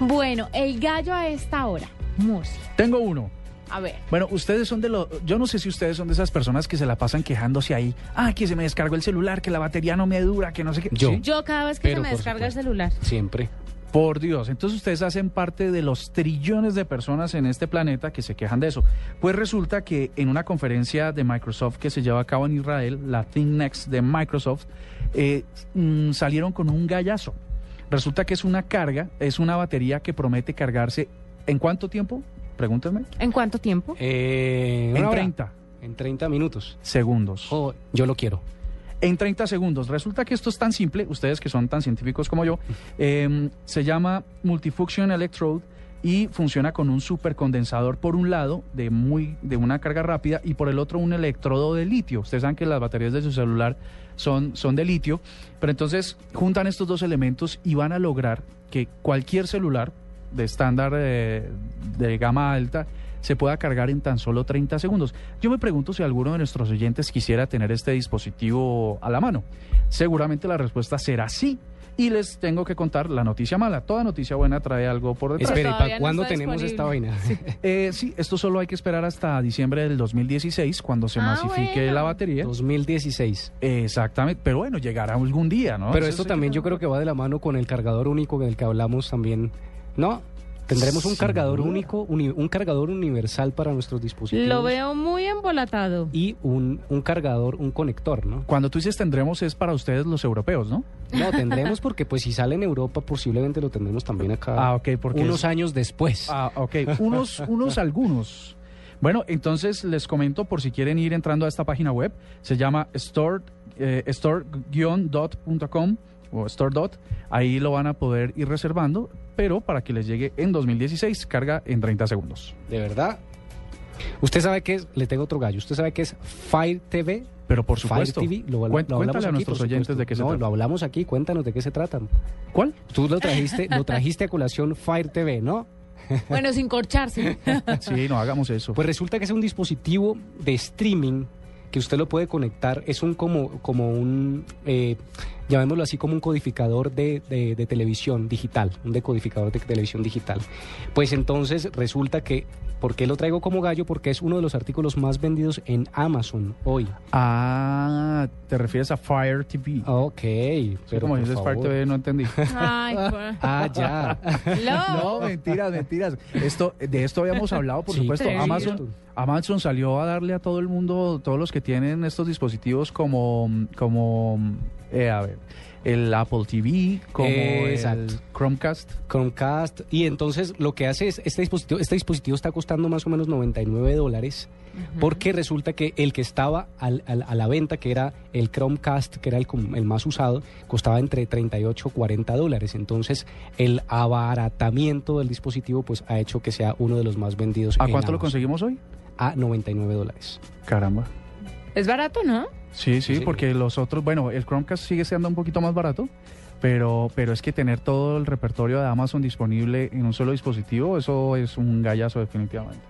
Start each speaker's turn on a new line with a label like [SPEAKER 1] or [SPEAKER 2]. [SPEAKER 1] Bueno, el gallo a esta hora, Murcia.
[SPEAKER 2] Tengo uno.
[SPEAKER 1] A ver.
[SPEAKER 2] Bueno, ustedes son de los... Yo no sé si ustedes son de esas personas que se la pasan quejándose ahí. Ah, que se me descargó el celular, que la batería no me dura, que no sé qué.
[SPEAKER 3] Yo.
[SPEAKER 2] ¿Sí?
[SPEAKER 1] Yo cada vez que
[SPEAKER 3] Pero
[SPEAKER 1] se me
[SPEAKER 3] por
[SPEAKER 1] descarga el
[SPEAKER 3] supuesto.
[SPEAKER 1] celular.
[SPEAKER 3] Siempre.
[SPEAKER 2] Por Dios, entonces ustedes hacen parte de los trillones de personas en este planeta que se quejan de eso. Pues resulta que en una conferencia de Microsoft que se lleva a cabo en Israel, la Think Next de Microsoft, eh, mm, salieron con un gallazo. Resulta que es una carga, es una batería que promete cargarse. ¿En cuánto tiempo? Pregúntenme.
[SPEAKER 1] ¿En cuánto tiempo?
[SPEAKER 3] Eh,
[SPEAKER 2] En
[SPEAKER 3] una hora.
[SPEAKER 2] 30
[SPEAKER 3] En 30 minutos.
[SPEAKER 2] segundos.
[SPEAKER 3] Oh, yo lo quiero.
[SPEAKER 2] en 30 segundos. Resulta que esto es tan simple, ustedes que son tan científicos como yo, eh, se llama Multifunction Electrode y funciona con un supercondensador por un lado de, muy, de una carga rápida y por el otro un electrodo de litio. Ustedes saben que las baterías de su celular son, son de litio, pero entonces juntan estos dos elementos y van a lograr que cualquier celular de estándar eh, de gama alta se pueda cargar en tan solo 30 segundos. Yo me pregunto si alguno de nuestros oyentes quisiera tener este dispositivo a la mano. Seguramente la respuesta será sí. Y les tengo que contar la noticia mala. Toda noticia buena trae algo por detrás.
[SPEAKER 3] Espere,
[SPEAKER 1] todavía
[SPEAKER 3] ¿para
[SPEAKER 1] no
[SPEAKER 3] cuándo
[SPEAKER 1] está
[SPEAKER 3] tenemos esta
[SPEAKER 1] disponible.
[SPEAKER 3] vaina?
[SPEAKER 2] Eh, sí, esto solo hay que esperar hasta diciembre del 2016, cuando se
[SPEAKER 1] Ah,
[SPEAKER 2] masifique
[SPEAKER 1] bueno.
[SPEAKER 2] la batería.
[SPEAKER 3] 2016.
[SPEAKER 2] Exactamente, pero bueno, llegará algún día, ¿no?
[SPEAKER 3] Pero
[SPEAKER 2] Eso
[SPEAKER 3] esto
[SPEAKER 2] sí
[SPEAKER 3] también yo creo que va de la mano con el cargador único del que hablamos también. ¿No? Tendremos un
[SPEAKER 2] Sin
[SPEAKER 3] cargador
[SPEAKER 2] duda.
[SPEAKER 3] único, uni- un cargador universal para nuestros dispositivos.
[SPEAKER 1] Lo veo muy embolatado.
[SPEAKER 3] Y un, un cargador, un conector, ¿no?
[SPEAKER 2] Cuando tú dices tendremos es para ustedes los europeos, ¿no?
[SPEAKER 3] No, tendremos porque pues si sale en Europa posiblemente lo tendremos también acá.
[SPEAKER 2] Ah, ok, porque
[SPEAKER 3] Unos
[SPEAKER 2] es-
[SPEAKER 3] años después.
[SPEAKER 2] Ah, ok. Unos, unos algunos. Bueno, entonces les comento por si quieren ir entrando a esta página web. Se llama store, eh, store-dot.com o store dot. Ahí lo van a poder ir reservando, pero para que les llegue en 2016, carga en 30 segundos.
[SPEAKER 3] ¿De verdad? Usted sabe que es, le tengo otro gallo, usted sabe que es Fire TV.
[SPEAKER 2] Pero por supuesto,
[SPEAKER 3] Fire TV, lo, lo
[SPEAKER 2] cuen-
[SPEAKER 3] hablamos
[SPEAKER 2] cuéntale a
[SPEAKER 3] aquí,
[SPEAKER 2] nuestros
[SPEAKER 3] por
[SPEAKER 2] oyentes
[SPEAKER 3] supuesto.
[SPEAKER 2] de qué se
[SPEAKER 3] No,
[SPEAKER 2] trata.
[SPEAKER 3] lo hablamos aquí, cuéntanos de qué se tratan.
[SPEAKER 2] ¿Cuál?
[SPEAKER 3] Tú lo trajiste, lo trajiste a colación Fire TV, ¿no?
[SPEAKER 1] Bueno, sin corcharse.
[SPEAKER 2] Sí, no hagamos eso.
[SPEAKER 3] Pues resulta que es un dispositivo de streaming que usted lo puede conectar, es un como, como un, eh, llamémoslo así, como un codificador de, de- de televisión digital, un decodificador de televisión digital. Pues entonces resulta que, ¿por qué lo traigo como gallo? Porque es uno de los artículos más vendidos en Amazon hoy.
[SPEAKER 2] Ah, te refieres a Fire TV.
[SPEAKER 3] Ok,
[SPEAKER 2] Sí,
[SPEAKER 3] pero
[SPEAKER 2] como
[SPEAKER 3] por
[SPEAKER 2] dices Fire
[SPEAKER 3] favor.
[SPEAKER 2] TV, no entendí.
[SPEAKER 1] Ay, por...
[SPEAKER 3] Ah, ya.
[SPEAKER 1] Lo-
[SPEAKER 2] No, mentiras, mentiras. Esto, de esto habíamos hablado, por
[SPEAKER 3] Sí,
[SPEAKER 2] supuesto.
[SPEAKER 1] claro.
[SPEAKER 2] Amazon, Amazon salió a darle a todo el mundo, todos los que tienen estos dispositivos como, como, eh, a ver, el Apple TV, como
[SPEAKER 3] Exacto.
[SPEAKER 2] el Chromecast.
[SPEAKER 3] Chromecast. Y entonces lo que hace es, este dispositivo, este dispositivo está costando más o menos 99 dólares, porque resulta que el que estaba al- al- a la venta, que era el Chromecast, que era el, com- el más usado, costaba entre 38 y 40 dólares. Entonces el abaratamiento del dispositivo pues ha hecho que sea uno de los más vendidos.
[SPEAKER 2] ¿A
[SPEAKER 3] en
[SPEAKER 2] cuánto lo
[SPEAKER 3] Amazon.
[SPEAKER 2] conseguimos hoy?
[SPEAKER 3] A 99 dólares.
[SPEAKER 2] Caramba.
[SPEAKER 1] Es barato, ¿no?
[SPEAKER 2] Sí, sí,
[SPEAKER 3] Sí.
[SPEAKER 2] porque los otros, bueno, el Chromecast sigue siendo un poquito más barato, pero, pero es que tener todo el repertorio de Amazon disponible en un solo dispositivo, eso es un gallazo definitivamente.